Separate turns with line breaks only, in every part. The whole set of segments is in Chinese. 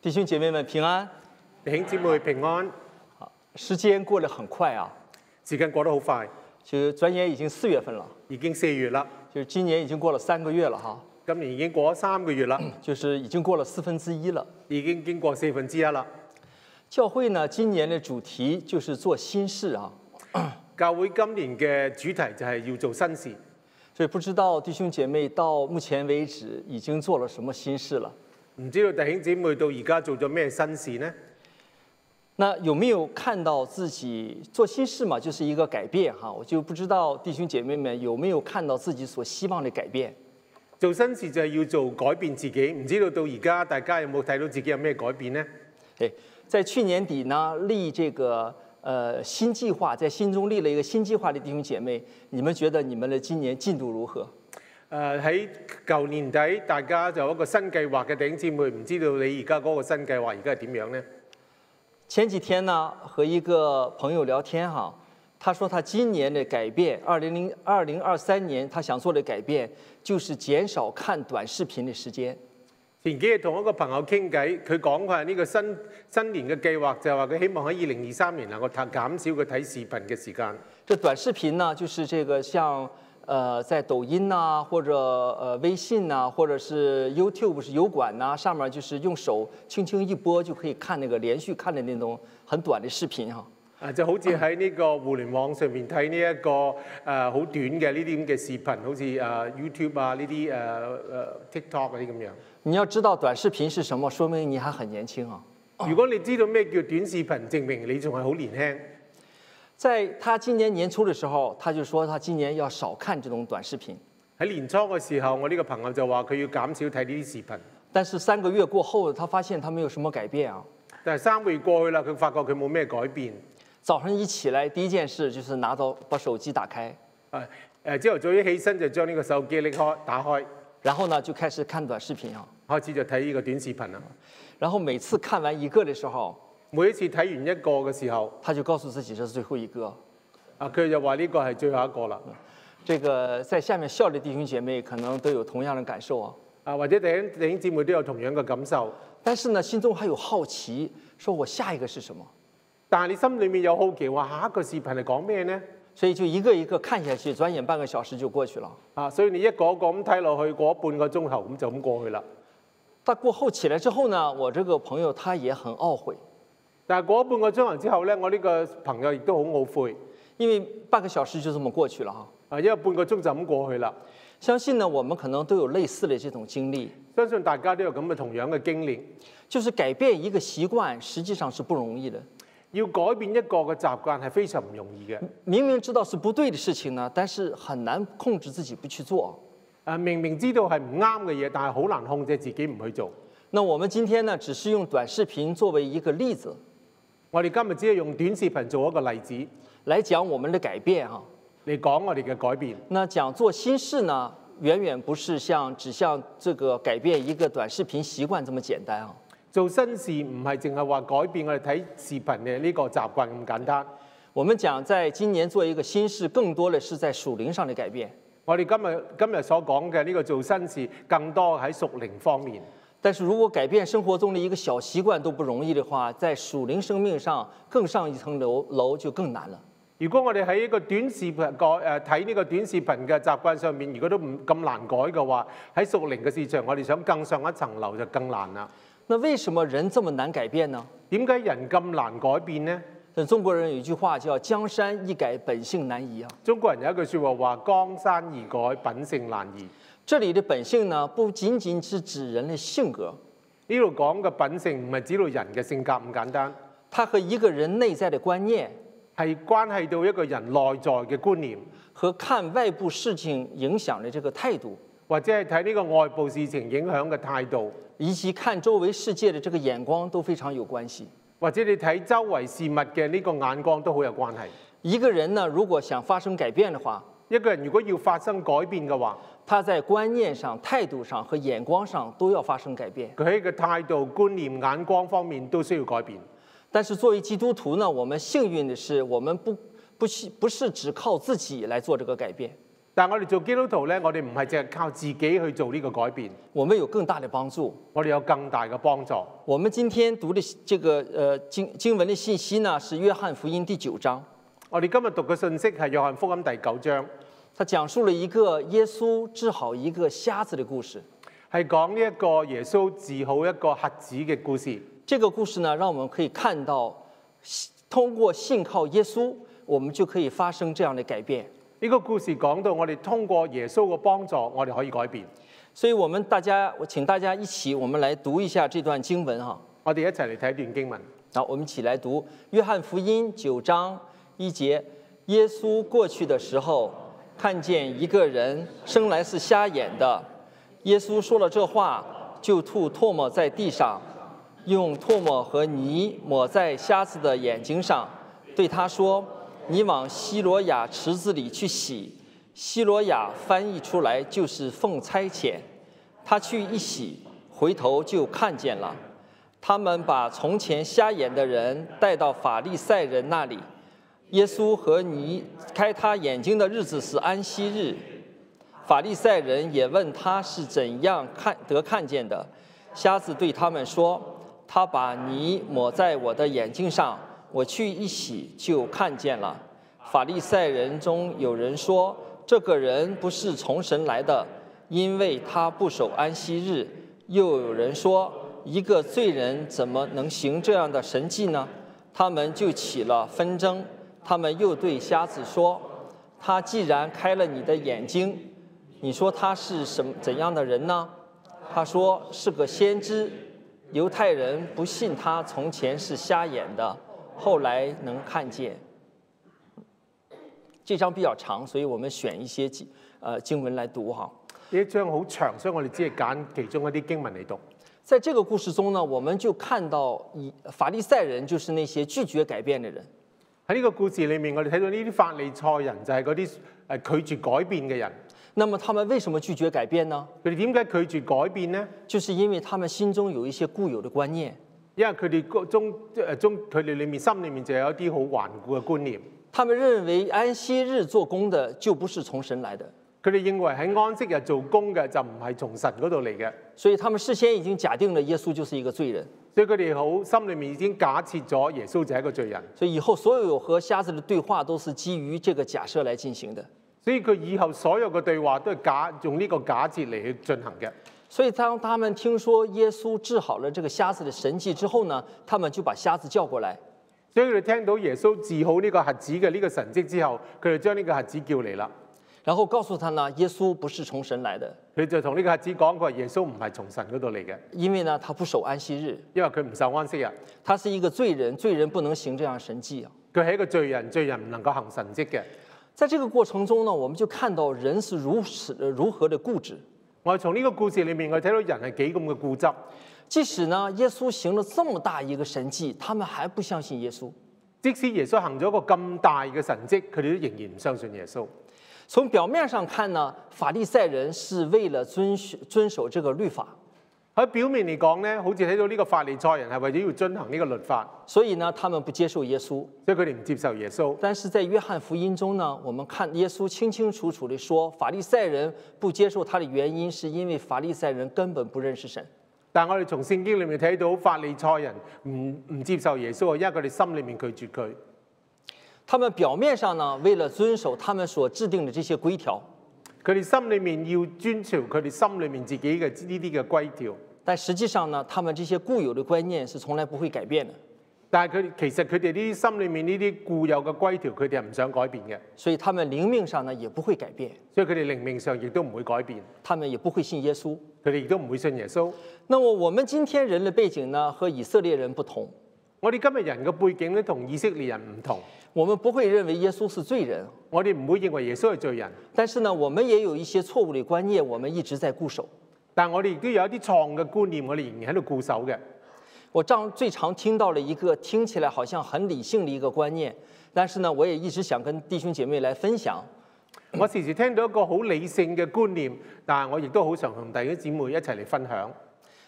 弟兄姐妹们平安。
弟兄姊妹平安，
时间过得很快啊，
時間過得好快，
就是转眼已经四月份了，
已經四月啦，
就是今年已经過了三個月了哈，
今年已經過咗三個月啦，
就是已經過了四分之一了。
已經經過四分之一啦。
教會呢，今年的主題就是做新事啊，
教會今年嘅主題就係要做新事，
所以不知道弟兄姐妹到目前为止已經做了什麼新事了。
唔知道弟兄姊妹到而家做咗咩新事呢？
那有没有看到自己做新事嘛？就是一个改变哈，我就不知道弟兄姐妹们有没有看到自己所希望的改變。
做新事就係要做改變自己，唔知道到而家大家有冇睇到自己有咩改變呢？
哎，在去年底呢，立这个呃新计划，在心中立了一个新计划的弟兄姐妹，你们觉得你们的今年进度如何？
誒喺舊年底，大家就有一個新計劃嘅弟兄姊妹，唔知道你而家嗰個新計劃而家係點樣呢？
前几天呢，和一个朋友聊天哈，他说他今年的改变，二零零二零二三年他想做的改变就是减少看短视频的时间。
前幾日同一個朋友傾偈，佢講佢話呢個新新年嘅計劃就係話佢希望喺二零二三年能夠減減少佢睇視頻嘅時間。
这短视頻呢，就是这个像呃，在抖音呐、或者呃微信呐、或者是 YouTube 是油管呐、上面就是用手轻轻一拨就可以看那个连续看的那种很短的视频哈、
啊，就好似喺呢個互聯網上面睇呢一個誒好、短嘅呢啲咁嘅視頻，好似誒、呃 YouTube 啊呢啲誒誒 TikTok 嗰啲咁
你要知道短視頻是什么，说明你还很年輕啊。
樣。如果你知道咩叫短視頻，證明你仲係好年輕。
在他今年年初的时候，他就说他今年要少看这种短視頻，
喺年初嘅時候，我呢個朋友就話佢要減少睇呢啲視頻，
但是三个月过后，他發現他沒有什么改變啊。
但係三個月過去啦，佢發覺佢冇咩改變。
早上一起来，第一件事就是拿到把手機打開，
啊誒，朝頭早一起身就將呢個手機拎開打開，
然後呢就開始看短視頻啊。
開始就睇呢個短視頻啦。
然后每次看完一个的时候，
每一次睇完一個嘅時候，
他就告诉自己这是最後一个。
啊佢就話呢個係最後一個啦。
这个在下面笑的弟兄姐妹可能都有同样的感受啊。
啊或者弟兄弟兄姊妹都有同樣嘅感受。
但是呢，心中还有好奇，说我下一个是什么？
但係你心裏面有好奇，話下一個視頻係講咩呢？
所以就一个一个看下去，转眼半个小时就过去了。
啊，所以你一個一個咁睇落去，過咗半個鐘頭咁就咁過去啦。
但过后起来之后呢，我这个朋友他也很懊悔，
但係過咗半個鐘頭之後呢，我呢個朋友亦都好懊悔，
因为半个小时就这么过去了哈。
啊，因為半個鐘就咁過去啦。
相信呢，我们可能都有類似的这种经歷，
相信大家都有咁嘅同樣嘅經歷。
就是改變一个習慣实际上是不容易的。
要改變一個嘅習慣係非常唔容易嘅。
明明知道是不对的事情呢，但是很难控制自己不去做。
啊，明明知道係唔啱嘅嘢，但係好難控制自己唔去做。
那我们今天呢，只是用短视频作为一個例子
我哋今日只係用短視頻做一個例子
来讲我们的改變哈。
嚟講我哋嘅改變。
那讲做新事呢，远远不是像只像这个改變一个短视频習慣這麼簡單啊。
做新事唔係淨係話改變我哋睇視頻嘅呢個習慣咁簡單。
我們講在今年做一個新事，更多的是在屬靈上的改變。
我哋今日今日所講嘅呢個做新事，更多喺屬靈方面。
但是如果改變生活中的一個小習慣都不容易的話，在屬靈生命上更上一層樓樓就更難了。
如果我哋喺一個短視頻改誒睇呢個短視頻嘅習慣上面，如果都唔咁難改嘅話，喺屬靈嘅市場，我哋想更上一層樓就更難啦。
那為什麼人這麼難改變呢？
點解人咁難改變呢？
但中国人有一句话叫“江山易改，本性难移”啊。
中國人有一句説話話：江山易改，品性難移。
这里的本性呢，不仅仅是指人的性格，
呢度講嘅品性唔係指到人嘅性格咁簡單，
它和一个人內在的觀念
係關係到一個人內在嘅觀念，
和看外部事情影響的这个態度，
或者係睇呢個外部事情影響嘅態度，
以及看周圍世界的这个眼光都非常有關係。
或者你睇周圍事物嘅呢個眼光都好有關係。
一个人呢，如果想發生改變的話，
一個人如果要發生改變嘅話，
他在觀念上、態度上和眼光上都要發生改變。
佢喺個態度、觀念、眼光方面都需要改變。
但是作為基督徒呢，我們幸運的是，我們不不是不是只靠自己來做這個改變。
但係我哋做基督徒咧，我哋唔係淨係靠自己去做呢個改變，
我们有更大的帮助。
我哋有更大嘅幫助。
我们今天读的这个呃经经文的信息呢，是约翰福音第九章，
我哋今日讀嘅信息係約翰福音第九章，
它讲述了一个耶稣治好一个瞎子的故事。
係講呢一個耶穌治好一個瞎子嘅故事。
这个故事呢，让我们可以看到，信通过信靠耶稣，我们就可以发生这样的改变。
呢、個故事講到我哋通過耶穌嘅幫助，我哋可以改變。
所以，我们大家，我请大家一起，我们来读一下这段经文哈。
我哋一齊嚟睇一段經文。
好，我们一起来读《约翰福音》九章一节：耶稣过去的时候，看见一个人生来是瞎眼的。耶稣说了这话，就吐唾沫在地上，用唾沫和泥抹在瞎子的眼睛上，对他说：“你往希罗亚池子里去洗。”希罗亚翻译出来就是奉差遣。他去一洗，回头就看见了。他们把从前瞎眼的人带到法利赛人那里。耶稣和你开他眼睛的日子是安息日。法利赛人也问他是怎样看得看见的。瞎子对他们说：“他把泥抹在我的眼睛上，我去一洗就看见了。”法利赛人中有人说：“这个人不是从神来的，因为他不守安息日。”又有人说：“一个罪人怎么能行这样的神迹呢？”他们就起了纷争。他们又对瞎子说：“他既然开了你的眼睛，你说他是什么怎样的人呢？”他说：“是个先知。”犹太人不信他从前是瞎眼的，后来能看见。这章比较长，所以我们选一些经呃经文来读哈。
呢一章好長，所以我哋只係揀其中一啲經文嚟讀。
在这个故事中呢，我们就看到以法利赛人就是那些拒绝改变的人，
喺呢個故事裏面，我哋睇到呢啲法利賽人就係嗰啲誒拒絕改變嘅人。
那么他们为什么拒绝改变呢？
佢哋點解拒絕改變呢？
就是因为他们心中有一些固有的观念，
因為佢哋個中誒中佢哋裏面心裏面就有一啲好頑固嘅觀念。
他们认为安息日做工的就不是从神来的，
佢哋認為喺安息日做工嘅就唔係從神嗰度嚟嘅，
所以他们事先已经假定了耶稣就是一个罪人，
所以佢哋好心裏面已經假設咗耶穌就係一個罪人，
所以以后所有和瞎子的对话都是基于这个假设来进行的。
所以佢以後所有嘅對話都係假用呢個假設嚟去進行嘅。
所以当他们听说耶稣治好了这个瞎子的神迹之后呢，他们就把瞎子叫过来，
所以佢哋聽到耶穌治好呢個瞎子嘅呢個神蹟之後，佢哋將呢個瞎子叫嚟啦。
然后告诉他呢，耶稣不是从神来的，
佢就同呢個瞎子講：佢話耶穌唔係從神嗰度嚟嘅，
因为呢他不守安息日，
因為佢唔受安息日，
他是一个罪人，罪人不能行这样神迹啊。
佢係一個罪人，罪人唔能夠行神蹟嘅。
在这个过程中呢，我们就看到人是如此呃如何的固执，
我哋從呢個故事裏面，我哋睇到人係幾咁嘅固執。
即使呢耶稣行了这么大一个神迹，他们还不相信耶稣。
即使耶穌行咗一個咁大嘅神蹟，佢哋都仍然唔相信耶穌。
从表面上看呢，法利赛人是为了遵循遵守这个律法，
喺表面嚟講咧，好似睇到呢個法利賽人係為咗要遵行呢個律法，
所以呢他们不接受耶稣。
所以佢哋唔接受耶穌。
但是在约翰福音中呢，我们看耶稣清清楚楚地说，法利赛人不接受他的原因，是因为法利赛人根本不认识神。
但我哋從聖經裏面睇到法利賽人唔唔接受耶穌，因為佢哋心裏面拒絕佢。
他们表面上呢，为了遵守他们所制定的这些规条，
佢哋心裏面要遵照佢哋心裏面自己嘅呢啲嘅規條，
但实际上呢，他们这些固有的观念是從來不會改變的，
但係佢哋其實佢哋呢啲心裏面呢啲固有嘅規條，佢哋係唔想改變嘅，
所以他們靈命上呢也不會改變，
所以佢哋靈命上亦都唔會改變，
他們也不會信耶穌。
佢哋亦都唔會信耶穌。
那么我们今天人的背景呢和以色列人不同，
我哋今日人嘅背景咧同以色列人唔同，
我們不會認為耶穌是罪人，
我哋唔會認為耶穌係罪人，
但是呢，我們也有一些錯誤的觀念，我們一直在固守。
但係我哋亦都有一啲錯誤嘅觀念，我哋仍然喺度固守嘅。
我常最常听到了一个听起来好像很理性的一个观念，但是呢，我也一直想跟弟兄姐妹来分享，
我時時聽到一個好理性嘅觀念，但係我亦都好常同弟兄姊妹一齊嚟分享。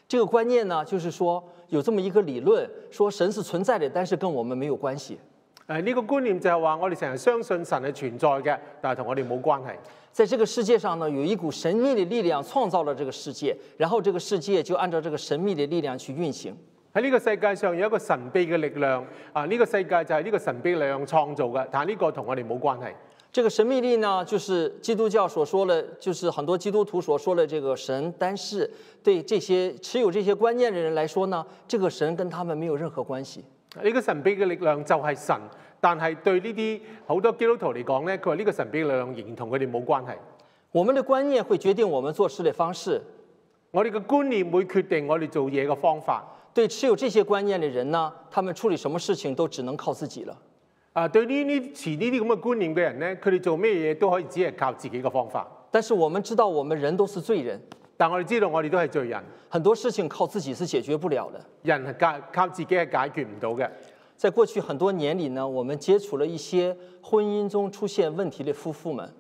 这个观念呢，就是说有这么一个理论，说神是存在的，但是跟我们没有关系。
誒、呢個觀念就係話，我哋成日相信神係存在嘅，但係同我哋冇關係。
在这个世界上呢，有一股神秘的力量创造了这个世界，然后这个世界就按照这个神秘的力量去运行。
喺呢個世界上有一個神秘嘅力量啊！呢、個世界就係呢個神秘力量創造嘅，但係呢個同我哋冇關係。
这个神秘力呢，就是基督教所说的，就是很多基督徒所说的这个神。但是对这些持有这些观念的人来说呢，这个神跟他们没有任何关系。
呢、個神秘嘅力量就係神，但係對呢啲好多基督徒嚟講咧，佢話呢個神秘力量仍然同佢哋冇關係。
我们的观念会决定我们做事的方式。
我哋嘅觀念會決定我哋做嘢嘅方法。
对持有这些观念的人呢，他们处理什麼事情都只能靠自己了。
啊，對呢呢持呢啲咁嘅觀念嘅人咧，佢哋做咩嘢都可以只係靠自己嘅方法。
但是我们知道，我们人都是罪人，
但我哋知道我哋都係罪人，
很多事情靠自己是解决不了的。
人係靠靠自己係解決唔到嘅。
在过去很多年里呢，我们接触了一些婚姻中出现问题的夫妇们，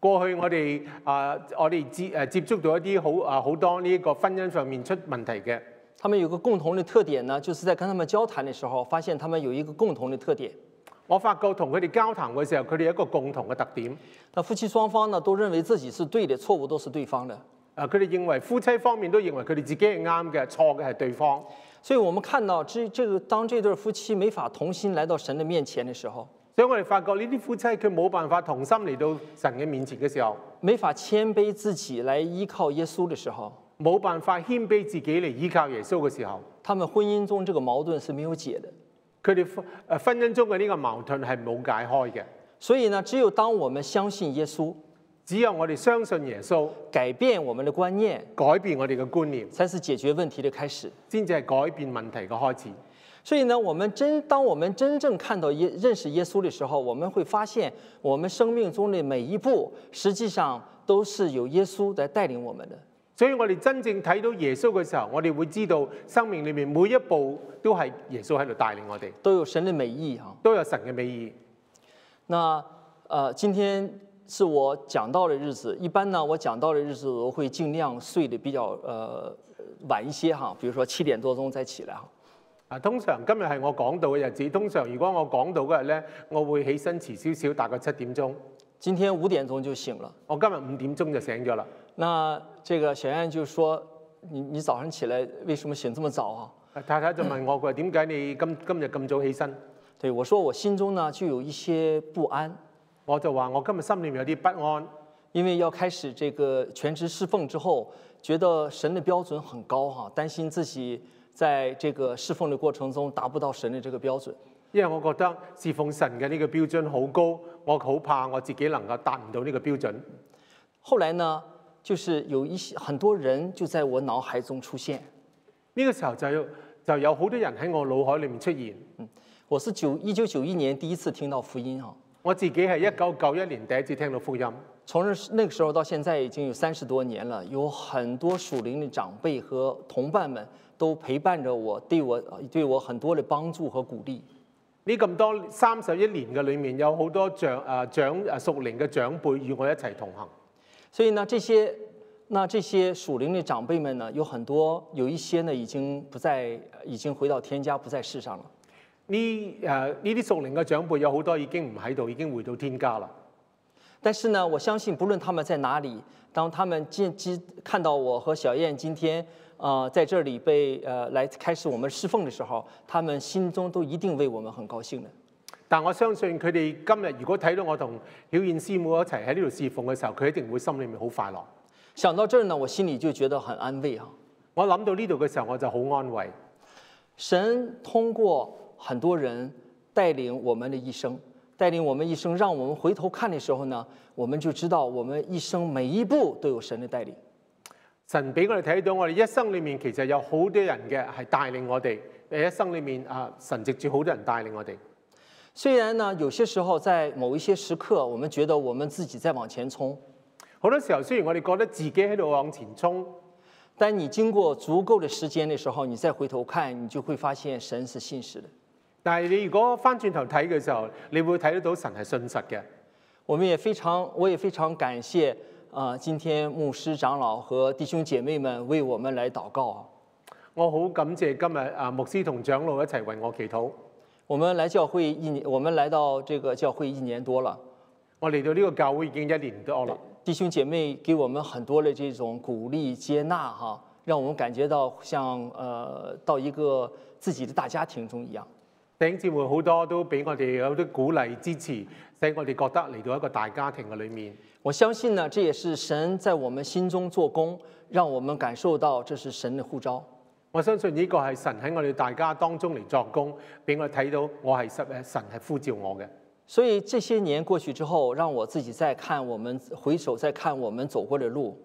過去我哋啊、我哋接誒、接觸到一啲好啊好多呢個婚姻上面出問題嘅。
他们有个共同的特点呢，就是在跟他们交谈的时候，发现他们有一个共同的特点。
我發覺同佢哋交談嘅時候，佢哋有一個共同嘅特點。
那夫妻双方呢，都认为自己是對的，錯誤都是對方的。
啊，佢哋認為夫妻方面都認為佢哋自己係啱嘅，錯嘅係對方。
所以我们看到这这个当这对夫妻没法同心来到神的面前的时候，
所以我哋發覺呢啲夫妻佢冇辦法同心嚟到神嘅面前嘅時候，
没法谦卑自己来依靠耶稣的时候，
冇辦法謙卑自己嚟依靠耶穌嘅時候，
他们婚姻中这个矛盾是没有解的。
佢哋婚誒婚姻中嘅呢個矛盾係冇解開嘅。
所以呢，只有当我们相信耶稣，
只有我哋相信耶穌，
改變我们的观念，
改變我哋嘅觀念，
才是解決問題的開始。
先至係改變問題嘅開始。
所以呢，我们真当我们真正看到耶认识耶稣的时候，我们会发现，我们生命中的每一步，实际上都是有耶稣在带领我们的。
所以我哋真正睇到耶穌嘅時候，我哋會知道生命裏面每一步都係耶穌喺度帶領我哋，
都有神的美意啊。
都有神嘅美意。
那呃，今天是我讲到的日子，一般呢，我讲到的日子我会尽量睡得比较呃晚一些哈，比如说七点多钟再起来哈。
啊，通常今日係我講到嘅日子。通常如果我講到嗰日呢，我會起身遲少少，大概七點鐘。
今天五点钟就醒了。
我今日五點鐘就醒咗啦。
那这个小燕就说：“你你早上起来为什么醒这么早啊
啊太太就問我：佢話點解你今今日咁早起身？？”
对我说：“我心中呢就有一些不安，
我就話我今日心裏面有啲不安，
因为要开始这个全职侍奉之后，觉得神的标准很高哈、担心自己在这个侍奉的过程中达不到神的这个标准。
因為我覺得侍奉神嘅呢個標準好高，我好怕我自己能夠達唔到呢個標準。
后来呢，就是有一些很多人就在我脑海中出现。
呢、個時候就有就有好多人喺我腦海裏面出現。
我是九一九九一年第一次听到福音哈、
我自己係一九九一年第一次聽到福音，
从那时那个时候到现在已经有三十多年了，有很多属灵的长辈和同伴们都陪伴着我，对我对我很多的帮助和鼓励。
呢咁多三十一年嘅裏面，有好多長啊長啊屬靈嘅長輩與我一齊同行。
所以呢，这些那这些属灵的长辈们呢，有很多有一些呢已经不在，已经回到天家，不在世上了。
呢誒呢啲屬靈嘅長輩有好多已經唔喺度，已經回到天家啦。
但是呢，我相信不论他们在哪里，当他们见今看到我和小燕今天呃在这里被呃来开始我们侍奉的时候，他们心中都一定为我们很高兴的。
但我相信佢哋今日如果睇到我同曉燕師母一齊喺呢度侍奉嘅時候，佢一定會心裏面好快樂。
想到这儿呢，我心里就觉得很安慰啊。
我諗到呢度嘅時候，我就好安慰。
神通过很多人带领我们的一生，带领我们一生，让我们回头看的时候呢，我们就知道我们一生每一步都有神的带领。
神俾我哋睇到，我哋一生裏面其實有好多人嘅係帶領我哋。誒一生裏面啊，神藉住好多人帶領我哋。
虽然呢，有些时候在某一些时刻，我们觉得我们自己在往前冲，
好多時候雖然我哋覺得自己喺度往前衝，
但你经过足够的时间的时候，你再回头看，你就会发现神是信实的。
但係你如果翻轉頭睇嘅時候，你會睇得到神係信實嘅。
我们也非常，我也非常感谢啊、呃今天牧师长老和弟兄姐妹们为我们来祷告啊。
我好感謝今日啊牧師同長老一齊為我祈禱。
我们来教会一年，我们来到这个教会一年多了，
我嚟到呢個教會已經一年多啦，
弟兄姐妹给我们很多的这种鼓励、接纳哈，让我们感觉到像呃到一个自己的大家庭中一样。
弟兄姊妹好多都俾我哋有啲鼓勵支持，使我哋覺得嚟到一個大家庭嘅裏面。
我相信呢，这也是神在我们心中做工，让我们感受到这是神的呼召。
我相信呢個係神喺我哋大家當中嚟作工，俾我睇到我係神誒神係呼召我嘅。
所以这些年过去之后，让我自己再看我们回首再看我们走过的路，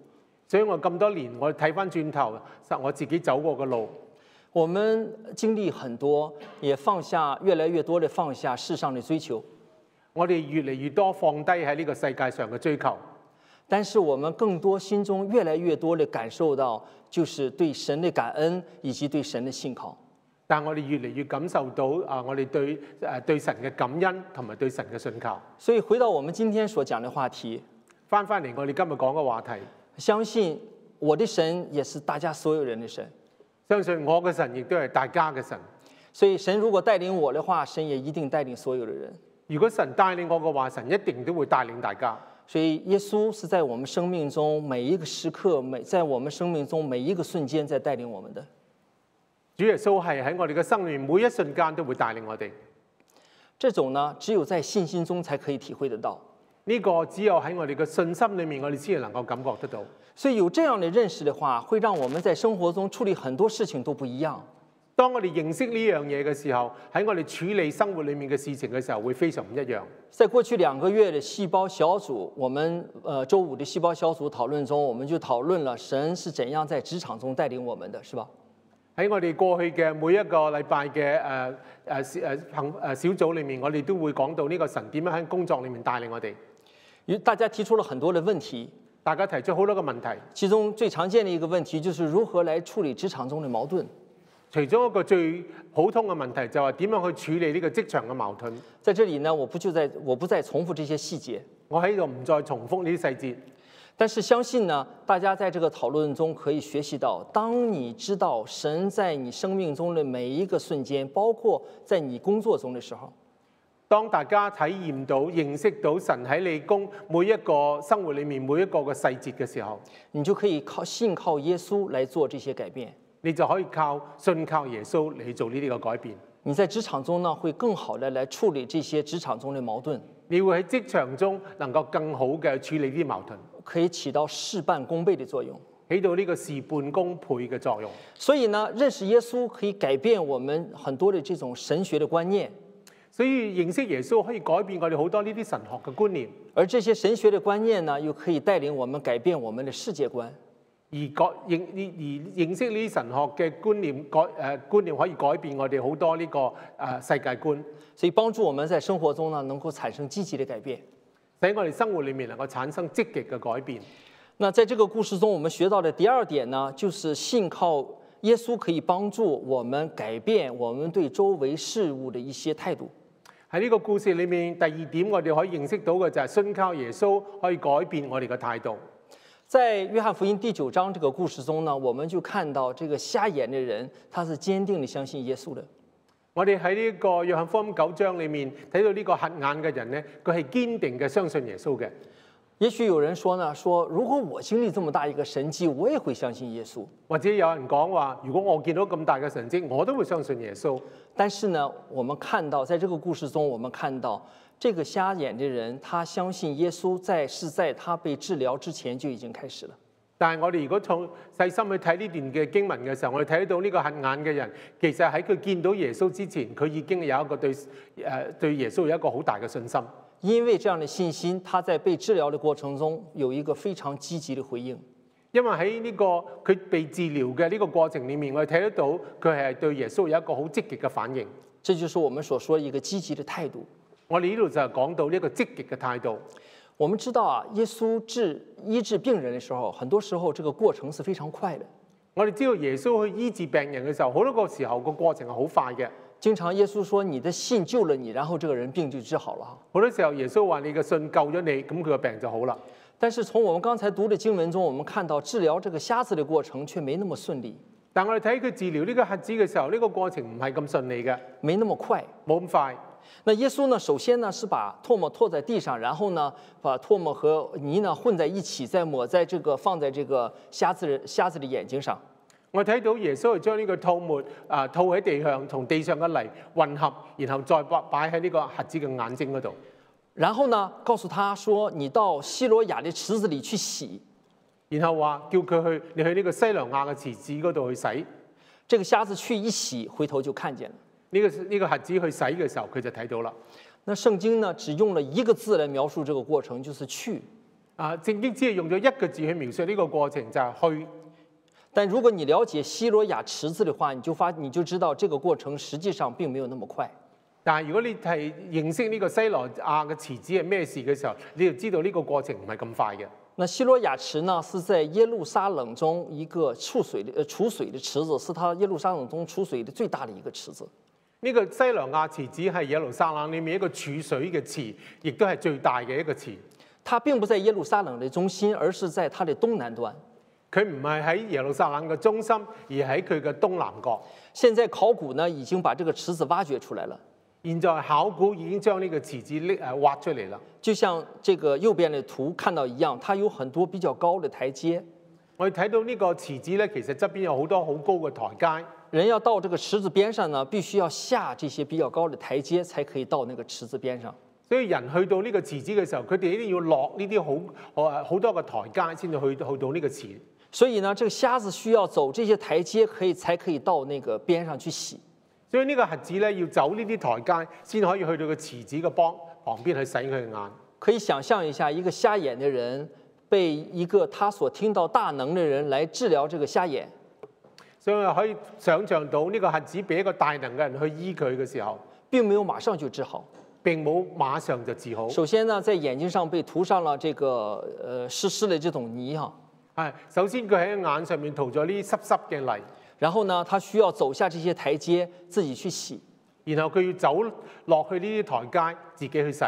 所以我咁多年，我睇翻轉頭，實我自己走過嘅路，
我们经歷很多，也放下越来越多的放下世上的追求，
我哋越嚟越多放低喺呢個世界上嘅追求，
但是我们更多心中越来越多的感受到，就是对神的感恩以及对神的信靠。
但我哋越嚟越感受到啊，我哋對誒對神嘅感恩同埋對神嘅信靠。
所以回到我们今天所讲的話題，
翻翻嚟我哋今日講嘅話題，
相信我的神也是大家所有人的神。
相信我嘅神亦都係大家嘅神。
所以神如果带领我的话，神也一定带领所有的人。
如果神帶領我嘅話，神一定都會帶領大家。
所以耶穌是在我们生命中每一个时刻，每在我们生命中每一个瞬间在带领我们的。
主耶穌係喺我哋嘅生命每一瞬間都會帶領我哋。
这种呢，只有在信心中才可以体会得到。
呢、個只有喺我哋嘅信心裏面，我哋先至能夠感覺得到。
所以有这样的认识的话，会让我们在生活中处理很多事情都不一样。
當我哋認識呢樣嘢嘅時候，喺我哋處理生活裏面嘅事情嘅時候，會非常唔一樣。
在过去两个月的细胞小组，我们呃周五的细胞小组讨论中，我们就讨论了神是怎样在职场中带领我们的，是吧？
喺我哋過去嘅每一個禮拜嘅誒誒小誒行誒小組裏面，我哋都會講到呢個神點樣喺工作裏面帶領我哋。
于大家提出了很多的问题，
大家提出好多個問題，
其中最常见的一个问题就是如何来处理职场中的矛盾。
其中一個最普通嘅問題就係點樣去處理呢個職場嘅矛盾。
在这里呢，我不就在我不再重复这些细节，
我喺度唔再重複呢啲細節。
但是相信呢，大家在这个讨论中可以学习到，当你知道神在你生命中的每一个瞬间，包括在你工作中的时候，
當大家體驗到、認識到神喺你工每一個生活裏面每一個嘅細節嘅時候，
你就可以靠信靠耶稣来做这些改变。
你就可以靠信靠耶穌嚟做呢啲嘅改變。
你在职场中呢，会更好的来处理这些职场中的矛盾，
你會喺職場中能夠更好嘅處理呢啲矛盾，
可以起到事半功倍的作用。
起到呢個事半功倍嘅作用。
所以呢，认识耶稣可以改变我们很多的这种神学的观念，
所以認識耶穌可以改變我哋好多呢啲神學嘅觀念，
而这些神学的观念呢，又可以带领我们改变我们的世界观。
而改認而而認識呢啲神學嘅觀念改誒、呃、觀念可以改變我哋好多呢、個誒、呃世界觀，
所以帮助我们在生活中呢，能够产生积极的改变。
使我哋生活裏面能夠產生積極嘅改變。
那在这个故事中，我们学到的第二点呢，就是信靠耶稣可以帮助我们改变我们对周围事物的一些态度。
喺呢個故事裏面，第二點我哋可以認識到嘅就係信靠耶穌可以改變我哋嘅態度。
在约翰福音第九章这个故事中呢，我们就看到这个瞎眼的人，他是坚定的相信耶稣的。
我哋喺呢個約翰福音九章裏面睇到呢個瞎眼嘅人呢，佢係堅定嘅相信耶穌嘅。
也许有人说呢，说如果我经历这么大一个神迹，我也会相信耶稣。
或者有人講話，如果我見到咁大嘅神蹟，我都會相信耶穌。
但是呢，我们看到在这个故事中，我们看到这个瞎眼的人，他相信耶稣在是在他被治疗之前就已经开始了。
但係我哋如果從細心去睇呢段嘅經文嘅時候，我哋睇到呢個瞎眼嘅人，其實喺佢見到耶穌之前，佢已經有一個對誒、呃、對耶穌有一個好大嘅信心。
因为这样的信心，他在被治疗的过程中有一个非常积极的回应。
因為喺呢、個佢被治療嘅呢個過程裡面，我哋睇得到佢係對耶穌有一個好積極嘅反應。
这就是我们所说一个积极的态度。
我哋呢度就係講到呢一個積極嘅態度。
我们知道啊，耶稣治医治病人的时候，很多时候这个过程是非常快的。
我哋知道耶穌去醫治病人嘅時候，好多個時候個過程係好快嘅。
经常耶稣说：“你的信救了你”，然后这个人病就治好了哈。
好多時候耶穌話你嘅信救咗你，咁佢個病就好啦。
但是从我们刚才读的经文中，我们看到治疗这个瞎子的过程却没那么顺利，
但我哋睇佢治療呢個瞎子嘅時候，呢、個過程唔係咁順利嘅，
没那么快。
冇咁快。
那耶稣呢，首先呢是把唾沫唾在地上，然后呢把唾沫和泥呢混在一起，再抹在这个放在这个瞎子瞎子的眼睛上。
我睇到耶穌係將呢個吐沫啊吐喺地上，同地上嘅泥混合，然後再擺擺喺呢個瞎子嘅眼睛嗰度。
然后呢，告诉他说：“你到希罗亚的池子里去洗。
然後話叫佢去，你去呢個西良亞嘅池子嗰度去洗。呢、”
这个瞎子去一洗，回头就看见了。
個呢、個瞎子去洗嘅時候，佢就睇到啦。
那圣经呢，只用了一个字来描述這個過程，就是“去
啊，正經只係用咗一個字去描述呢個過程，就係、去。”。
但如果你了解希罗亚池子的话，你就发你就知道这个過程实际上並沒有那么快。
但係如果你係認識呢個西羅亞嘅池子係咩事嘅時候，你就知道呢個過程唔係咁快嘅。
那希罗亚池呢，是在耶路撒冷中一个储水的呃储水的池子，是它耶路撒冷中储水的最大的一个池子。
呢、個西羅亞池子係耶路撒冷裏面一個儲水嘅池，亦都係最大嘅一個池。
它并不在耶路撒冷的中心，而是在它的东南端。
佢唔係喺耶路撒冷嘅中心，而喺佢嘅東南角。
现在考古呢已经把这个池子挖掘出来了，
現在考古已經將呢個池子拎誒挖出嚟啦。
就像这个右边的图看到一样，它有很多比较高的台阶。
我哋睇到呢個池子咧，其實側邊有好多好高嘅台階。
人要到这个池子边上呢，必须要下这些比较高的台阶，才可以到那个池子边上。
所以人去到呢個池子嘅時候，佢哋一定要落呢啲好好好多個台階先至去去到呢個池。
所以呢，这个瞎子需要走这些台阶，可以才可以到那个边上去洗。
所以呢個核子咧要走呢啲台階，先可以去到個池子嘅幫旁邊去洗佢嘅眼。
可以想象一下，一个瞎眼的人被一个他所听到大能的人来治疗这个瞎眼，
所以我可以想像到呢個核子俾一個大能嘅人去醫佢嘅時候，
并没有马上就治好。
並冇馬上就治好。
首先呢，在眼睛上被涂上了这個呃湿湿的这种泥哈，
係首先佢喺眼上面塗咗呢濕濕嘅泥，
然后呢，他需要走下這些台階，自己去洗。
然後佢要走落去呢啲台階自己去洗。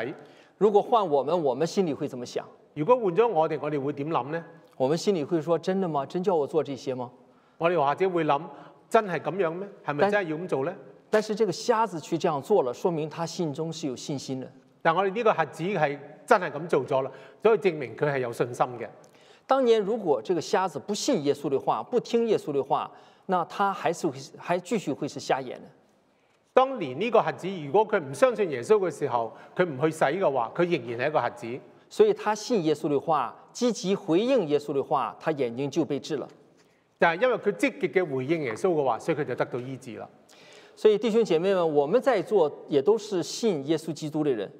如果换我们，我们心里会怎么想？
如果換咗我哋，我哋會點諗呢？
我们心里会说：真的吗？真叫我做这些吗？
我哋或者會諗：真係咁樣咩？係咪
但
真係要咁做呢？
但是这个瞎子去这样做了，说明他心中是有信心的。
但我哋呢個核子係真係咁做咗啦，所以證明佢係有信心嘅。
当年如果这个瞎子不信耶穌的话，不听耶穌的话，那他还是会还继续会是瞎眼的。
當年呢個核子，如果佢唔相信耶穌嘅時候，佢唔去洗嘅話，佢仍然係一個核子。
所以他信耶穌的话，积极回应耶穌的话，他眼睛就被治了。
但係因為佢積極嘅回應耶穌嘅話，所以佢就得到醫治啦。
所以弟兄姐妹们，我们在座也都是信耶稣基督的人，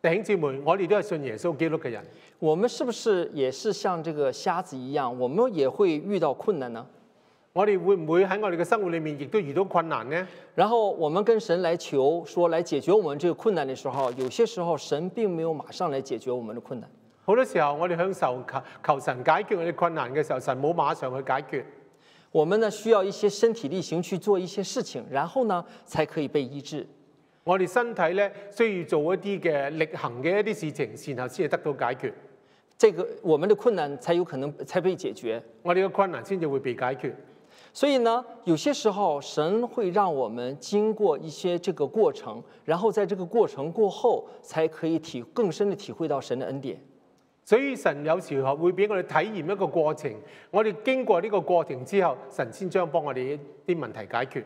弟兄姊妹，我哋都係信耶穌基督嘅人，
我们是不是也是像这个瞎子一样，我们也会遇到困难呢？
我哋會唔會喺我哋嘅生活裏面亦都遇到困難呢？
然后我们跟神来求说来解决我们这个困难的时候，有些时候神并没有马上来解决我们的困难。
好多時候我哋向受求求神解決我哋困難嘅時候，神冇馬上去解決。
我们呢需要一些身体力行去做一些事情，然后呢才可以被医治。
我哋身體咧需要做一啲嘅力行嘅一啲事情，然後先至得到解決。
这个我们的困难才有可能才被解决。
我哋嘅困難先至會被解決。
所以呢，有些时候神会让我们经过一些这个过程，然后在这个过程过后，才可以体更深的体會到神的恩典。
所以神有時候會俾我哋體驗一個過程，我哋經過呢個過程之後，神先將幫我哋啲問題解決。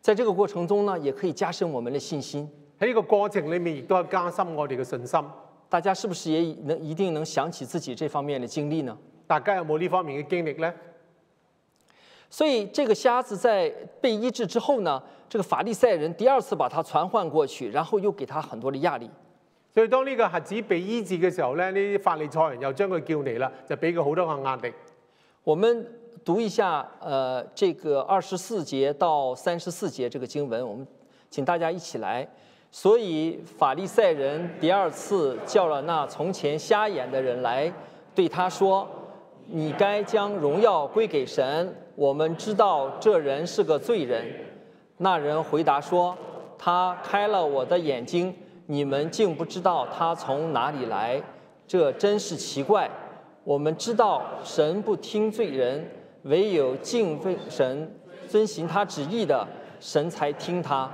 在這個過程中呢，也可以加深我們的信心。
喺呢個過程裏面，亦都係加深我哋嘅信心。
大家是不是也能一定能想起自己这方面的经历呢？
大家有冇呢方面嘅經歷呢？
所以这个瞎子在被医治之后呢，这个法利赛人第二次把他传唤过去，然后又给他很多的压力。
所以當呢個瞎子被醫治嘅時候咧，呢啲法利賽人又將佢叫嚟啦，就俾佢好多嘅壓力。
我们读一下，呃，这个二十四节到三十四节这个经文，我们请大家一起来。所以法利赛人第二次叫了那从前瞎眼的人来，对他说：“你该将荣耀归给神。我们知道这人是个罪人。”那人回答说：“他开了我的眼睛，你们竟不知道他从哪里来，这真是奇怪。我们知道神不听罪人，唯有敬畏神、遵行他旨意的，神才听他。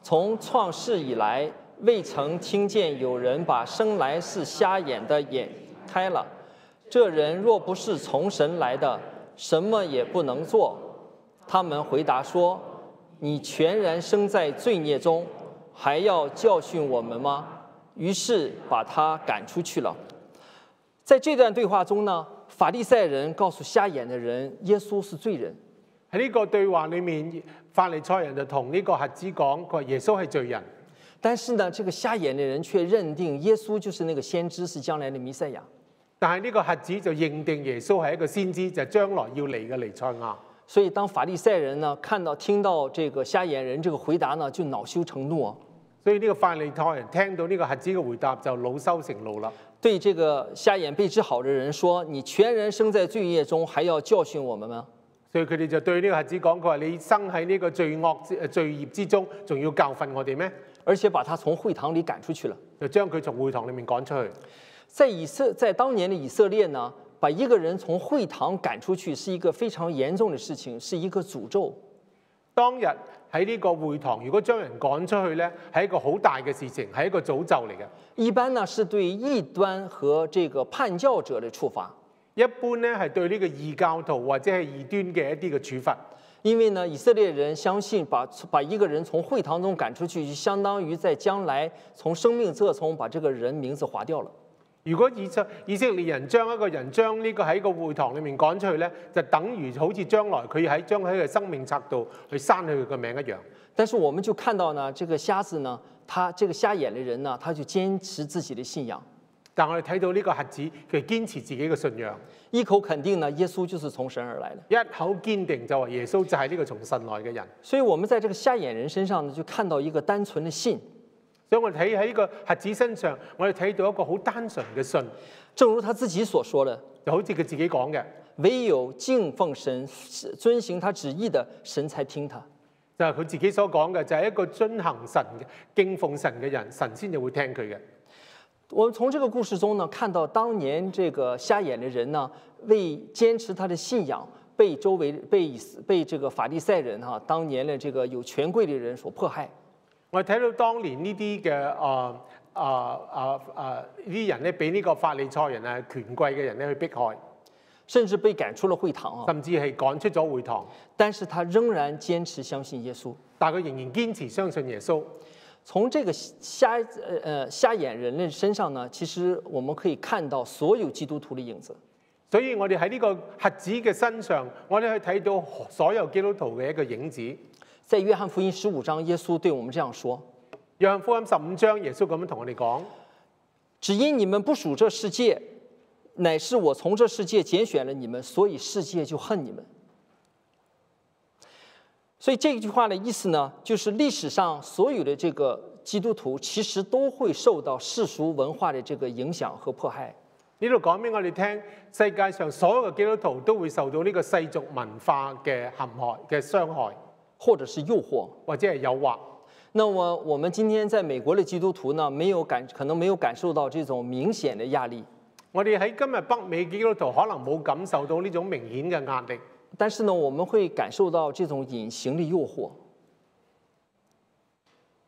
从创世以来，未曾听见有人把生来是瞎眼的眼开了。这人若不是从神来的，什么也不能做。他们回答说：“你全然生在罪孽中，还要教训我们吗？”于是把他赶出去了。在这段对话中呢，法利赛人告诉瞎眼的人，耶稣是罪人。
喺呢個對話裏面，法利賽人就同呢個瞎子講：佢話耶穌係罪人。
但是呢，这个瞎眼的人却认定耶稣就是那个先知，是将来的弥赛亚。
但係呢個瞎子就認定耶穌係一個先知，就係將來要嚟嘅彌賽亞。
所以，当法利赛人呢看到听到这个瞎眼人这个回答呢，就恼羞成怒，啊
所以呢個法利賽人聽到呢個瞎子嘅回答就惱羞成怒啦。
对这个瞎眼被治好的人说：“你全然生在罪业中，还要教训我们吗
所以佢哋就對呢個瞎子講：佢話你生喺呢個罪惡之呃罪孽之中，仲要教訓我哋咩？？”
而且把他从会堂里赶出去了。
就將佢從會堂裏面趕出去。
在以色在当年的以色列呢，把一个人从会堂赶出去是一个非常严重的事情，是一个诅咒。
當日喺呢個會堂，如果將人趕出去呢，係一個好大嘅事情，係一個詛咒嚟嘅。
一般呢是对异端和这个叛教者的处罚，
一般呢係對呢個異教徒或者係異端嘅一啲嘅處罰，
因为呢以色列人相信把把一个人从会堂中赶出去，就相当于在将来从生命册中把这个人名字划掉了。
如果以色以色列人將一個人將呢個喺個會堂裏面趕出去呢，就等於好似將來佢喺將喺佢生命冊度去刪去佢個名一樣。
但是我们就看到呢，这个瞎子呢，他这个瞎眼的人呢，他就坚持自己的信仰，
但我哋睇到呢個瞎子，佢堅持自己嘅信仰，
一口肯定呢，耶穌就是從神而来的。
一口堅定就話耶穌就係呢個從神來嘅人。
所以我们在这个瞎眼人身上呢，就看到一个单纯的信。
所以我哋睇喺呢個瞎子身上，我哋睇到一個好單純嘅信，
正如他自己所说的
就好似佢自己講嘅，：“
唯有敬奉神、遵行他旨意的，神才听他。
就係、佢自己所講嘅，就係、一個遵行神嘅敬奉神嘅人，神先至會聽佢嘅。”
我们从这个故事中呢，看到当年这个瞎眼的人呢，为坚持他的信仰，被周围被以色被这个法利赛人哈、当年的这个有权贵的人所迫害。
我睇到當年呢啲嘅啊啊啊啊呢啲人咧，俾呢個法利賽人啊、權貴嘅人咧去迫害，
甚至被赶出了会堂啊，
甚至係趕出咗會堂。
但是他仍然堅持相信耶穌。
但係佢仍然堅持相信耶穌。
从这个瞎呃呃瞎眼人的身上呢，其实我们可以看到所有基督徒的影子。
所以我哋喺呢個核子嘅身上，我哋去睇到所有基督徒嘅一個影子。
在约翰福音十五章，耶穌对我们这样说
約翰福音十五章，耶穌咁樣同我哋講：：“
只因你们不属这世界，乃是我从这世界拣选了你们，所以世界就恨你们。”所以这句话的意思呢，就是历史上所有的这个基督徒，其实都会受到世俗文化的这个影响和迫害。
呢度講俾我哋聽，世界上所有嘅基督徒都會受到呢個世俗文化嘅陷害、嘅傷害，
或者是诱惑。
或者係誘惑。
那么我们今天在美国的基督徒呢，没有感可能没有感受到这种明显的压力，
我哋喺今日北美基督徒可能冇感受到呢種明顯嘅壓力，
但是呢，我们会感受到这种隐形的诱惑。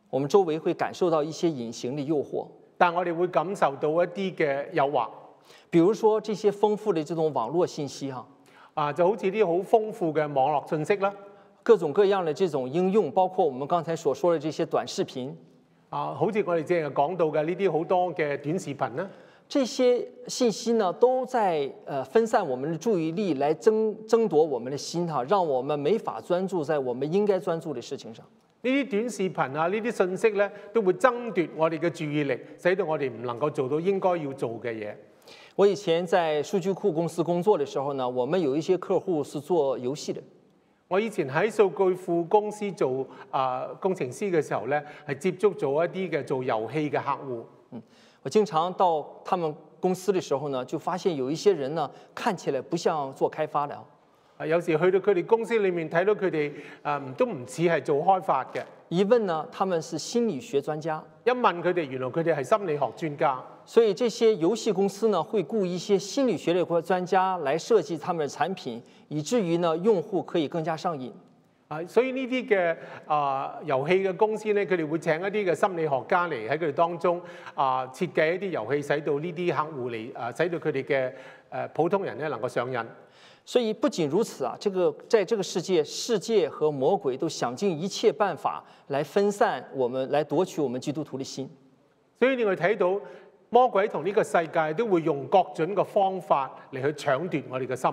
我们周围会感受到一些隐形的诱惑，
但我哋會感受到一啲嘅誘惑
比如说这些丰富的这种网络信息哈、
啊，就好似啲好豐富嘅網絡信息啦，
各种各样的这种应用，包括我们刚才所说的这些短视频，
啊，好似我哋正係講到嘅呢啲好多嘅短視頻啦，
这些信息呢，都在呃分散我们的注意力，来争争夺我们的心哈、让我们没法专注在我们应该专注的事情上。
呢啲短視頻啊，呢啲信息咧都會爭奪我哋嘅注意力，使到我哋唔能夠做到應該要做嘅嘢。
我以前在数据库公司工作的时候呢，我们有一些客户是做游戏的，
我以前喺數據庫公司做啊、工程師嘅時候咧，係接觸咗一啲嘅做遊戲嘅客戶。
我经常到他们公司的时候呢，就发现有一些人呢，看起来不像做开发的啊，
啊，有時去到佢哋公司裏面睇到佢哋啊，唔都唔似係做開發嘅。
一问呢，他们是心理学专家。
一問佢哋，原來佢哋係心理學專家。
所以这些游戏公司呢，会雇一些心理学类专家来设计他们的产品，以至于呢，用户可以更加上瘾。
啊，所以呢啲嘅啊遊戲嘅公司咧，佢哋會請一啲嘅心理學家嚟喺佢哋當中啊設計一啲遊戲，使到呢啲客戶嚟啊，使到佢哋嘅誒普通人咧能夠上癮。
所以不仅如此啊，这个在这个世界，世界和魔鬼都想尽一切办法来分散我们，来夺取我们基督徒的心。
所以你會睇到魔鬼同呢個世界都會用各種嘅方法嚟去搶奪我哋嘅心。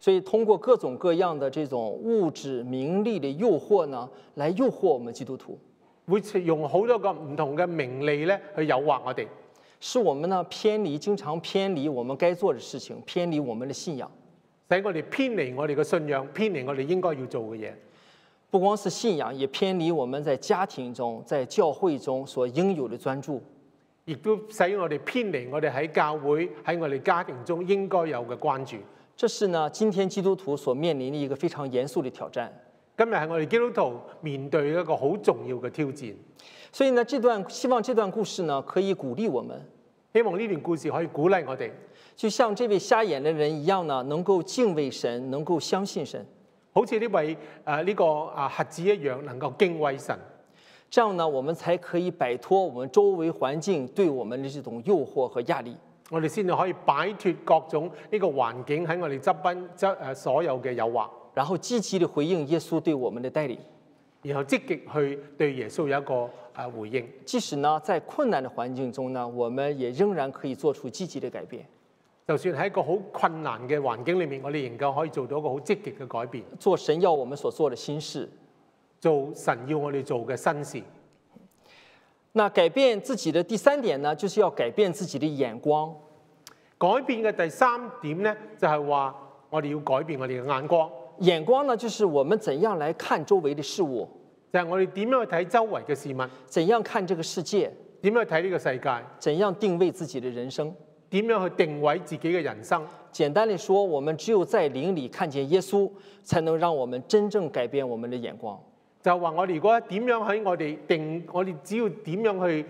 所以通过各种各样的这种物质名利的诱惑呢，来诱惑我们基督徒，
會用好多個唔同嘅名利咧去誘惑我哋，
使我们呢偏离，经常偏离我们该做的事情，偏离我们的信仰。
使我哋偏離我哋嘅信仰，偏離我哋應該要做嘅嘢。
不光是信仰，也偏离我们在家庭中、在教会中所应有的专注。
亦都使我哋偏離我哋喺教會喺我哋家庭中應該有嘅關注。
这是呢，今天基督徒所面临的一个非常严肃的挑战。
今日係我哋基督徒面對一個好重要嘅挑戰，
所以呢，这段希望这段故事呢，可以鼓励我们，
希望呢段故事可以鼓勵我哋，
就像这位瞎眼的人一样呢，能够敬畏神，能够相信神，
好似呢位誒呢個啊核子一樣，能夠敬畏神，
这样呢，我们才可以摆脱我们周围环境对我们的这种诱惑和压力。
我哋先至可以擺脱各種呢個環境喺我哋側邊側誒所有嘅誘惑，
然后积极地回應耶穌對我們的带領，
然後積極去對耶穌有一個誒回應。
即使呢在困難的環境中呢，我們也仍然可以做出積極的改變。
就算喺一個好困難嘅環境裏面，我哋仍舊可以做到一個好積極嘅改變，
做神要我们所做的新事。
做神要我哋做嘅新事。
那改变自己的第三点呢，就是要改變自己的眼光。
改變嘅第三點呢，就係話我哋要改變我哋嘅眼光，
眼光呢，就是我们怎樣來看周圍的事物，
就係、我哋點樣去睇周圍嘅事物，
怎樣看這個世界，
點樣去睇呢個世界，
怎樣定位自己的人生。
點樣去定位自己嘅人生。
简单地说，我们只有在灵里看見耶穌，才能讓我們真正改變我們的眼光。
就係話我哋如果點樣喺我哋定，我哋只要點樣去誒、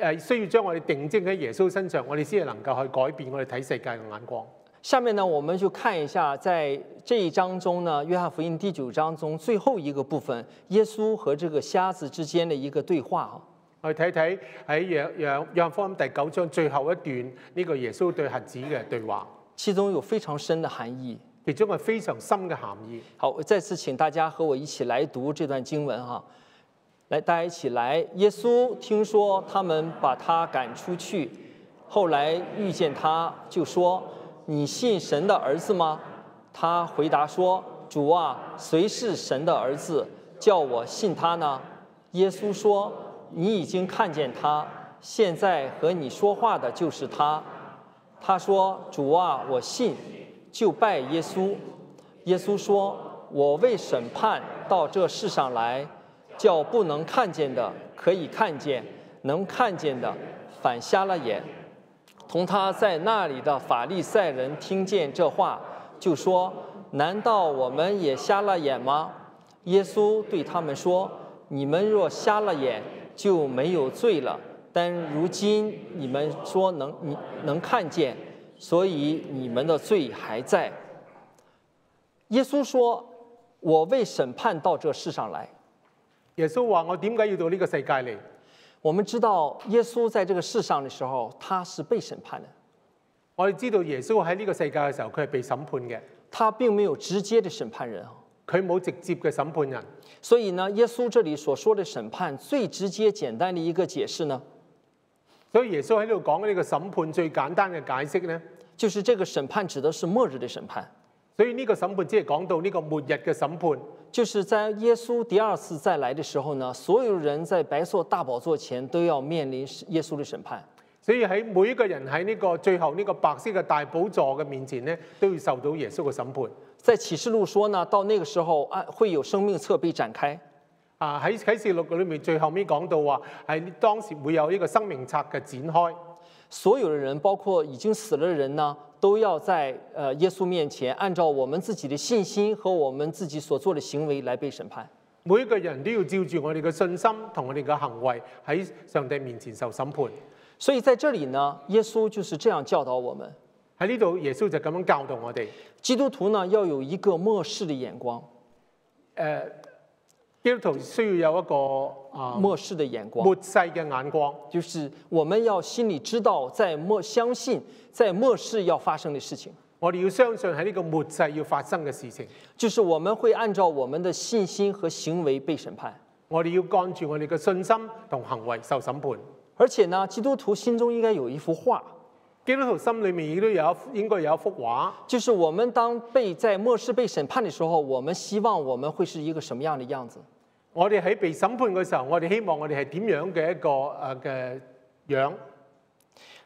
呃需要將我哋定睛喺耶穌身上，我哋先係能夠去改變我哋睇世界嘅眼光。
下面呢，我们就看一下在这一章中呢，《约翰福音》第九章中最后一个部分，耶稣和这个瞎子之間的一個對話啊。
我哋睇睇喺約約約翰福音第九章最後一段呢、個耶穌對瞎子嘅對話，
其中有非常深的含義。
其中係非常深嘅含義。
好，我再次请大家和我一起来读这段经文哈。来，大家一起来。耶稣听说他们把他赶出去，后来遇见他，就说：“你信神的儿子吗？”他回答说：“主啊，谁是神的儿子，叫我信他呢？”耶稣说：“你已经看见他，现在和你说话的就是他。”他说：“主啊，我信。”就拜耶稣。耶稣说：“我为审判到这世上来，叫不能看见的可以看见，能看见的反瞎了眼。”同他在那里的法利赛人听见这话，就说：“难道我们也瞎了眼吗？”耶稣对他们说：“你们若瞎了眼，就没有罪了。但如今你们说能你能看见，所以你们的罪还在。”耶稣说：“我为审判到这世上来。
耶穌話：我點解要到呢個世界嚟？”
我们知道，耶穌在这个世上的时候，他是被审判的，
我哋知道耶穌喺呢個世界嘅時候，佢係被審判嘅，
他并没有直接的审判人啊。
佢冇直接嘅審判人。
所以呢，耶稣这里所说的审判最直接、简单的一个解释呢，
所以耶穌喺呢度講嘅呢個審判最簡單嘅解釋呢，
就是这个审判指的是末日的審判，
所以呢個審判只係講到呢個末日嘅審判，
就是在耶稣第二次再来的时候呢，所有人在白色大宝座前都要面临耶稣的审判。
所以喺每一個人喺呢個最後呢個白色嘅大寶座嘅面前呢，都要受到耶穌嘅審判。
在启示录说呢，到那个时候啊，会有生命册被展开，
啊喺啟示錄裏面最後面講到話，喺當時會有呢個生命冊嘅展開，
所有的人，包括已经死了的人呢，都要在呃耶稣面前，按照我们自己的信心和我们自己所做的行为来被审判。
每一個人都要照住我哋嘅信心同我哋嘅行為喺上帝面前受審判。
所以在这里呢，耶稣就是这样教導我们：
喺呢度，耶穌就咁樣教導我哋。誒、
基督徒呢要有一个漠視的眼光，
基督徒需要有一個啊、
末世的眼光
末。世嘅眼光，
就是我们要心里知道，在末相信在末世要发生的事情，
我哋要相信喺呢個末世要發生嘅事情，
就是我们会按照我们的信心和行为被审判。
我哋要按住我哋嘅信心同行為受審判。
而且呢，基督徒心中應該有一幅画，
基督徒心裏面亦都有一應該有一幅畫，
就是我们当被在末世被審判的时候，我们希望我们会是一个什么樣的样子？
我哋喺被審判嘅時候，我哋希望我哋係點樣嘅一個誒嘅樣，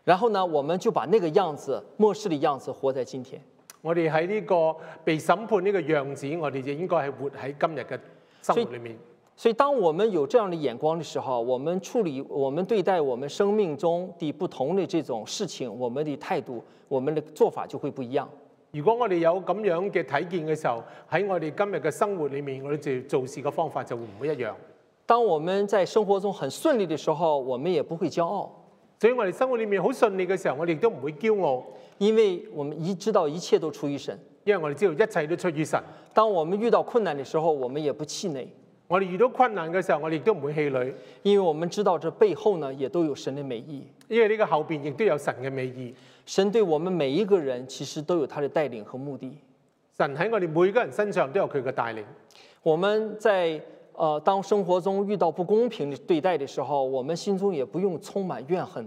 然後呢，我们就把那个樣子，末世的樣子，活在今天。
我哋喺呢個被審判呢個樣子，我哋就應該係活喺今日嘅生活裏面。
所以，当我们有这样的眼光的时候，我们处理、我们对待我们生命中的不同的这种事情，我们的态度、我们的做法就会不一样。
如果我哋有咁樣嘅睇見嘅時候，喺我哋今日嘅生活裏面，我哋就做事嘅方法就會唔會一樣。
當我們在生活中很順利的时候，我们也不會驕傲，
所以我哋生活裏面好順利嘅時候，我哋亦都唔會驕傲，
因為我們一知道一切都出于神。
因為我哋知道一切都出於神。
当我们遇到困难的时候，我们也不气馁，
我哋遇到困難嘅時候，我哋亦都唔會氣餒，
因为我们知道这背后呢也都有神的美意。
因為呢個後邊亦都有神嘅美意。
神对我们每一个人其实都有他的带领和目的。
神喺我哋每個人身上都有佢嘅帶領。
我们在呃当生活中遇到不公平的对待的时候，我们心中也不用充满怨恨，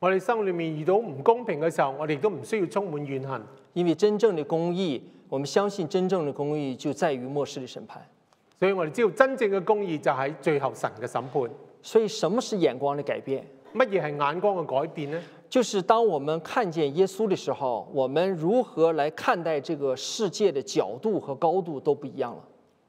我哋生活裏面遇到唔公平嘅時候，我哋亦都唔需要充滿怨恨，
因为真正的公义，我们相信真正的公义就在于末世的审判。
所以我哋知道真正嘅公義就喺最後神嘅審判。
所以，什么是眼光的改变？
乜嘢係眼光嘅改變呢？
就是当我们看见耶稣的时候，我们如何来看待这个世界的角度和高度都不一样了。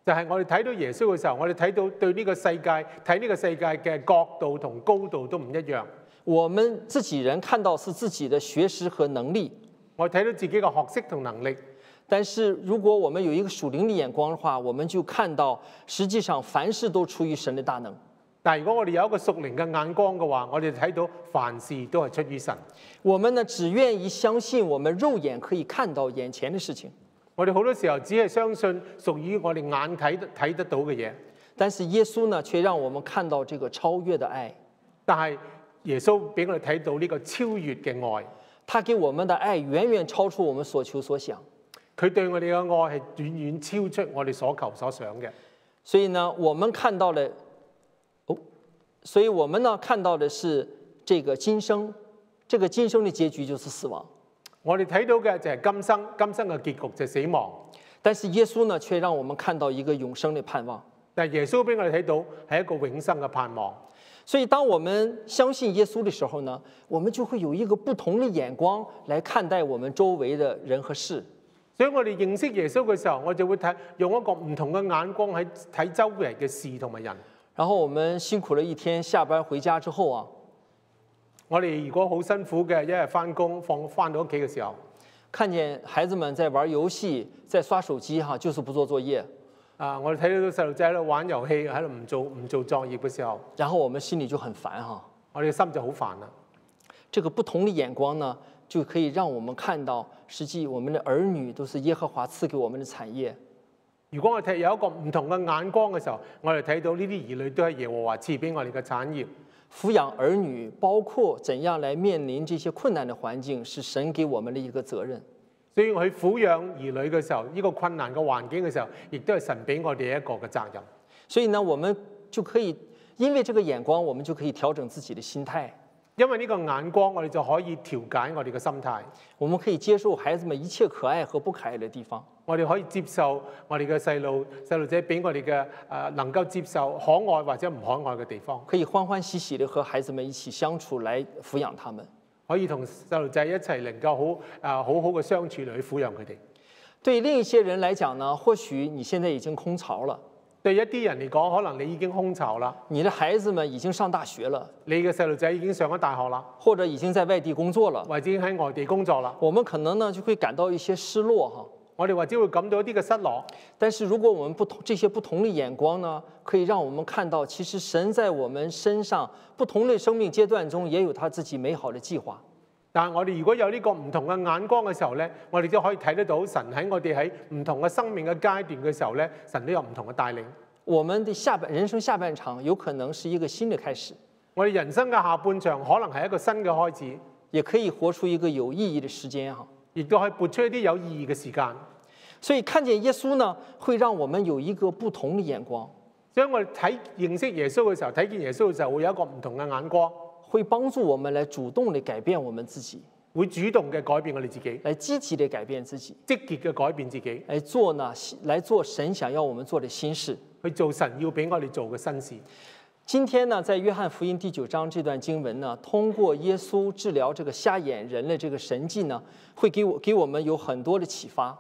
就係我哋睇到耶穌嘅時候，我哋睇到對呢個世界睇呢個世界嘅角度同高度都唔一樣。
我们自己人看到是自己的学识和能力，
我睇到自己嘅學識同能力，
但是如果我们有一个属灵的眼光的话，我们就看到实际上凡事都出于神的大能。
但係如果我哋有一個屬靈嘅眼光嘅話，我哋睇到凡事都係出於神。
我们呢，只愿意相信我们肉眼可以看到眼前的事情，
我哋好多時候只係相信屬於我哋眼睇得睇得到嘅嘢，
但是耶稣呢，却让我们看到这个超越的爱。
但係耶穌俾我哋睇到呢個超越嘅愛，
他给我们的爱远远超出我们所求所想。
佢對我哋嘅愛係遠遠超出我哋所求所想嘅。
所以呢，我们看到了，哦，所以我们呢看到的是这个今生，这个今生的结局就是死亡。
我哋睇到嘅就係今生，今生嘅結局就係死亡。
但是耶稣呢，却让我们看到一个永生的盼望。
但係耶穌俾我哋睇到係一個永生嘅盼望。
所以，当我们相信耶稣的时候呢，我们就会有一个不同的眼光来看待我们周圍的人和事。
所以我哋認識耶穌嘅時候，我就會睇用一個唔同嘅眼光喺睇周圍嘅事同埋人。
然后我们辛苦了一天，下班回家之后啊，
我哋如果好辛苦嘅，一日翻工放翻到屋企嘅時候，
看见孩子们在玩游戏，在刷手机哈、就是不做作业，
啊，我哋睇到細路仔喺度玩遊戲，喺度唔做唔做作業嘅時候，
然后我们心里就很烦哈、
我哋嘅心就好煩啦。
这个不同的眼光呢，就可以让我们看到，实际我们的儿女都是耶和华赐给我们的产业。
如果我哋有一個唔同嘅眼光嘅時候，我哋睇到呢啲兒女都係耶和華賜俾我哋嘅產業。
抚养儿女，包括怎样来面临这些困难的环境，是神给我们的一个责任。
所以我去撫養兒女嘅時候，呢、個困難嘅環境嘅時候，亦都係神俾我哋一個嘅責任。
所以呢，我们就可以因为这个眼光，我们就可以調整自己的心态。
因為呢個眼光，我哋就可以調解我哋嘅心態，
我们可以接受孩子们一切可愛和不可愛的地方，
我哋可以接受我哋嘅細路細路仔俾我哋嘅誒能夠接受可愛或者唔可愛嘅地方，
可以歡歡喜喜的和孩子们一起相處来撫養他們。
可以同細路仔一齊能夠好誒、呃好好嘅相處嚟去撫養佢哋。
对另一些人来講呢，或許你現在已經空巢了，
對一啲人嚟講，可能你已經空巢啦，
你的孩子們已經上大學了，
你嘅細路仔已經上咗大學啦，
或者已經在外地工作了，
或者已經喺外地工作啦，
我們可能呢就會感到一些失落哈。
我哋或者會感到一啲嘅失落。
但是如果我们不同这些不同的眼光呢，可以让我们看到，其实神在我们身上不同的生命阶段中也有他自己美好的计划。
但係我哋如果有呢個唔同嘅眼光嘅時候咧，我哋都可以睇得到神喺我哋喺唔同嘅生命嘅階段嘅時候咧，神都有唔同嘅帶領。
我们的下半人生下半场有可能是一个新的开始，
我哋人生嘅下半場可能係一個新嘅開始，
也可以活出一个有意义的时间哈。
亦都可以撥出一啲有意義嘅時間。
所以看见耶稣呢，会让我们有一个不同的眼光，
所以我哋睇認識耶穌嘅時候，睇見耶穌嘅時候，會有一個唔同嘅眼光，
会帮助我们来主动的改变我们自己，
會主動嘅改變我哋自己，
来积极的改变自己，
積極嘅改變自己，
来做呢来做神想要我们做的新事。
去做神要俾我哋做嘅新事。
今天呢，在约翰福音第九章这段经文呢，通过耶稣治疗这个瞎眼人的这个神迹呢，会给我给我们有很多的启发。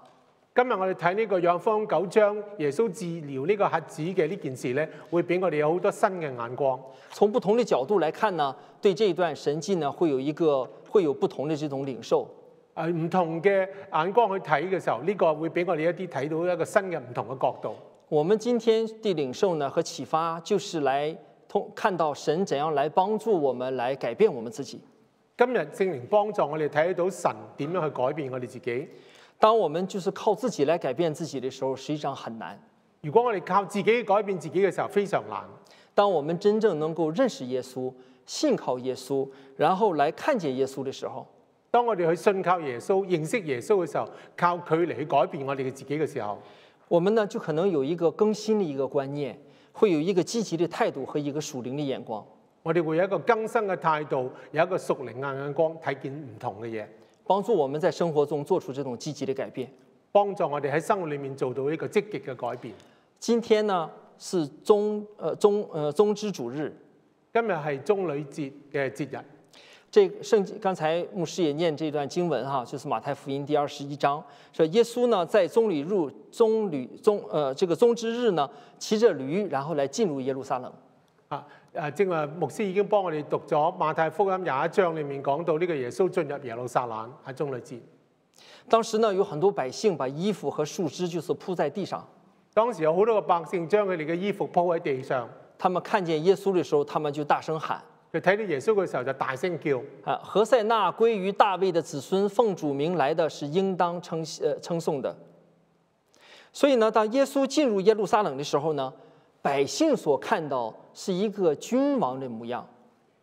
今日我哋睇呢個養方九章，耶穌治療呢個瞎子嘅呢件事呢，會俾我哋有好多新嘅眼光。
从不同的角度来看呢，对这一段神迹呢，会有一个会有不同的这种领受。
誒呃唔同嘅眼光去睇嘅時候，呢、個會俾我哋一啲睇到一個新嘅唔同嘅角度。
我们今天的领受呢和启发，就是来通看到神怎样来帮助我们来改变我们自己。
今日聖靈幫助我哋睇到神點樣去改變我哋自己。
当我们就是靠自己来改变自己的时候，实际上很难。
如果我哋靠自己改變自己嘅時候，非常難。
当我们真正能够认识耶稣、信靠耶稣，然后来看见耶稣的时候，
當我哋去信靠耶穌、認識耶穌嘅時候，靠佢嚟去改變我哋嘅自己嘅時候，
我们呢就可能有一个更新的一个观念，会有一个积极的态度和一个属灵的眼光，
我哋會有一個更新嘅態度，有一個屬靈嘅眼光，睇見唔同嘅嘢，
帮助我们在生活中做出这种积极的改变。
幫助我哋喺生活裏面做到一個積極嘅改變。
今天呢是中呃中呃中之主日，
今日係中女節嘅節日，
这个圣经刚才牧师也念这段经文哈，就是马太福音第二十一章，说耶稣呢在棕榈入棕榈棕呃这个棕之日呢，骑着驴，然后来进入耶路撒冷。
啊！誒，正話牧師已經幫我哋讀咗馬太福音廿一章裏面講到呢個耶穌進入耶路撒冷喺中女節。
当时呢有很多百姓把衣服和树枝就是铺在地上，
當時有好多個百姓將佢哋嘅衣服鋪喺地上，
他们看见耶穌的時候，他们就大声喊
佢睇到耶穌嘅時候就大聲叫。
啊，何塞纳归于大卫的子孙，奉主名来的是应当称呃称颂的。所以呢，当耶稣进入耶路撒冷的时候呢，百姓所看到是一个君王的模样。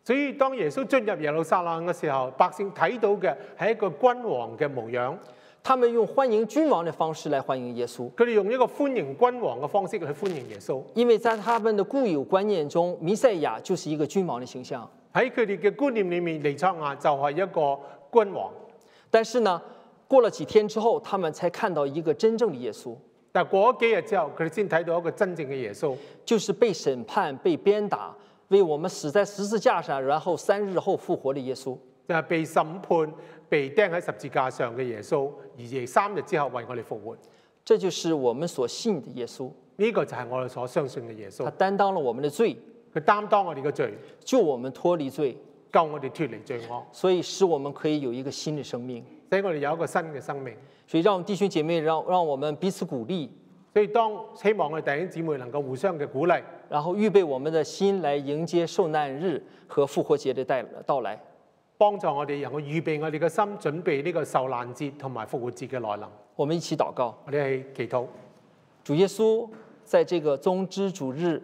所以當耶穌進入耶路撒冷嘅時候，百姓睇到嘅係一個君王嘅模樣。
他们用欢迎君王的方式来欢迎耶稣，
佢哋用一個歡迎君王嘅方式去歡迎耶穌。
因为在他们的固有觀念中，弥赛亚就是一个君王的形象。
喺佢哋嘅觀念裏面，尼賽亞就係一個君王。
但是呢，过了几天之后，他们才看到一个真正的耶穌，
但過咗幾日之後，佢哋先睇到一個真正嘅耶穌，
就是被审判、被鞭打，为我们死在十字架上，然后三日后复活的耶穌。
就係、被審判、被釘喺十字架上嘅耶穌，而亦三日之後為我哋復活。
这就是我们所信的耶穌，
呢、個就係我哋所相信嘅耶
他
穌，
担当了我们的罪，
佢擔當我哋嘅罪，
救我们脱离罪，
救我哋脱離罪惡，
所以使我们可以有一个新的生命。
使我哋有一個新嘅生命。
所以，让我们弟兄姐妹让让我们彼此鼓励，
所以當希望我哋弟兄姊妹能夠互相嘅鼓勵，
然后预备我们的心来迎接受难日和复活节的带到来。
幫助我哋能夠預備我哋嘅心，準備呢個受難節同埋復活節嘅來臨。
我们一起禱告，
我哋係祈禱，
主耶稣，在这个宗之主日，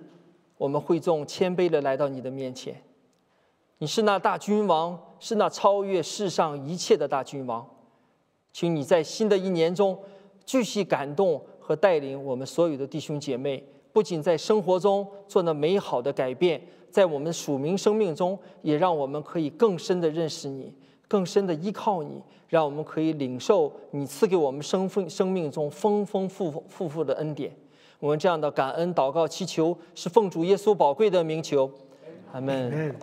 我们会众谦卑地来到你的面前。你是那大君王，是那超越世上一切的大君王。请你在新的一年中继续感动和带领我们所有的弟兄姐妹，不仅在生活中做那美好的改变，在我们属民生命中，也让我们可以更深的认识你，更深的依靠你，让我们可以领受你赐给我们生命生命中丰丰富富富富的恩典。我们这样的感恩祷告祈求，是奉主耶稣宝贵的名求，阿门。
嗯。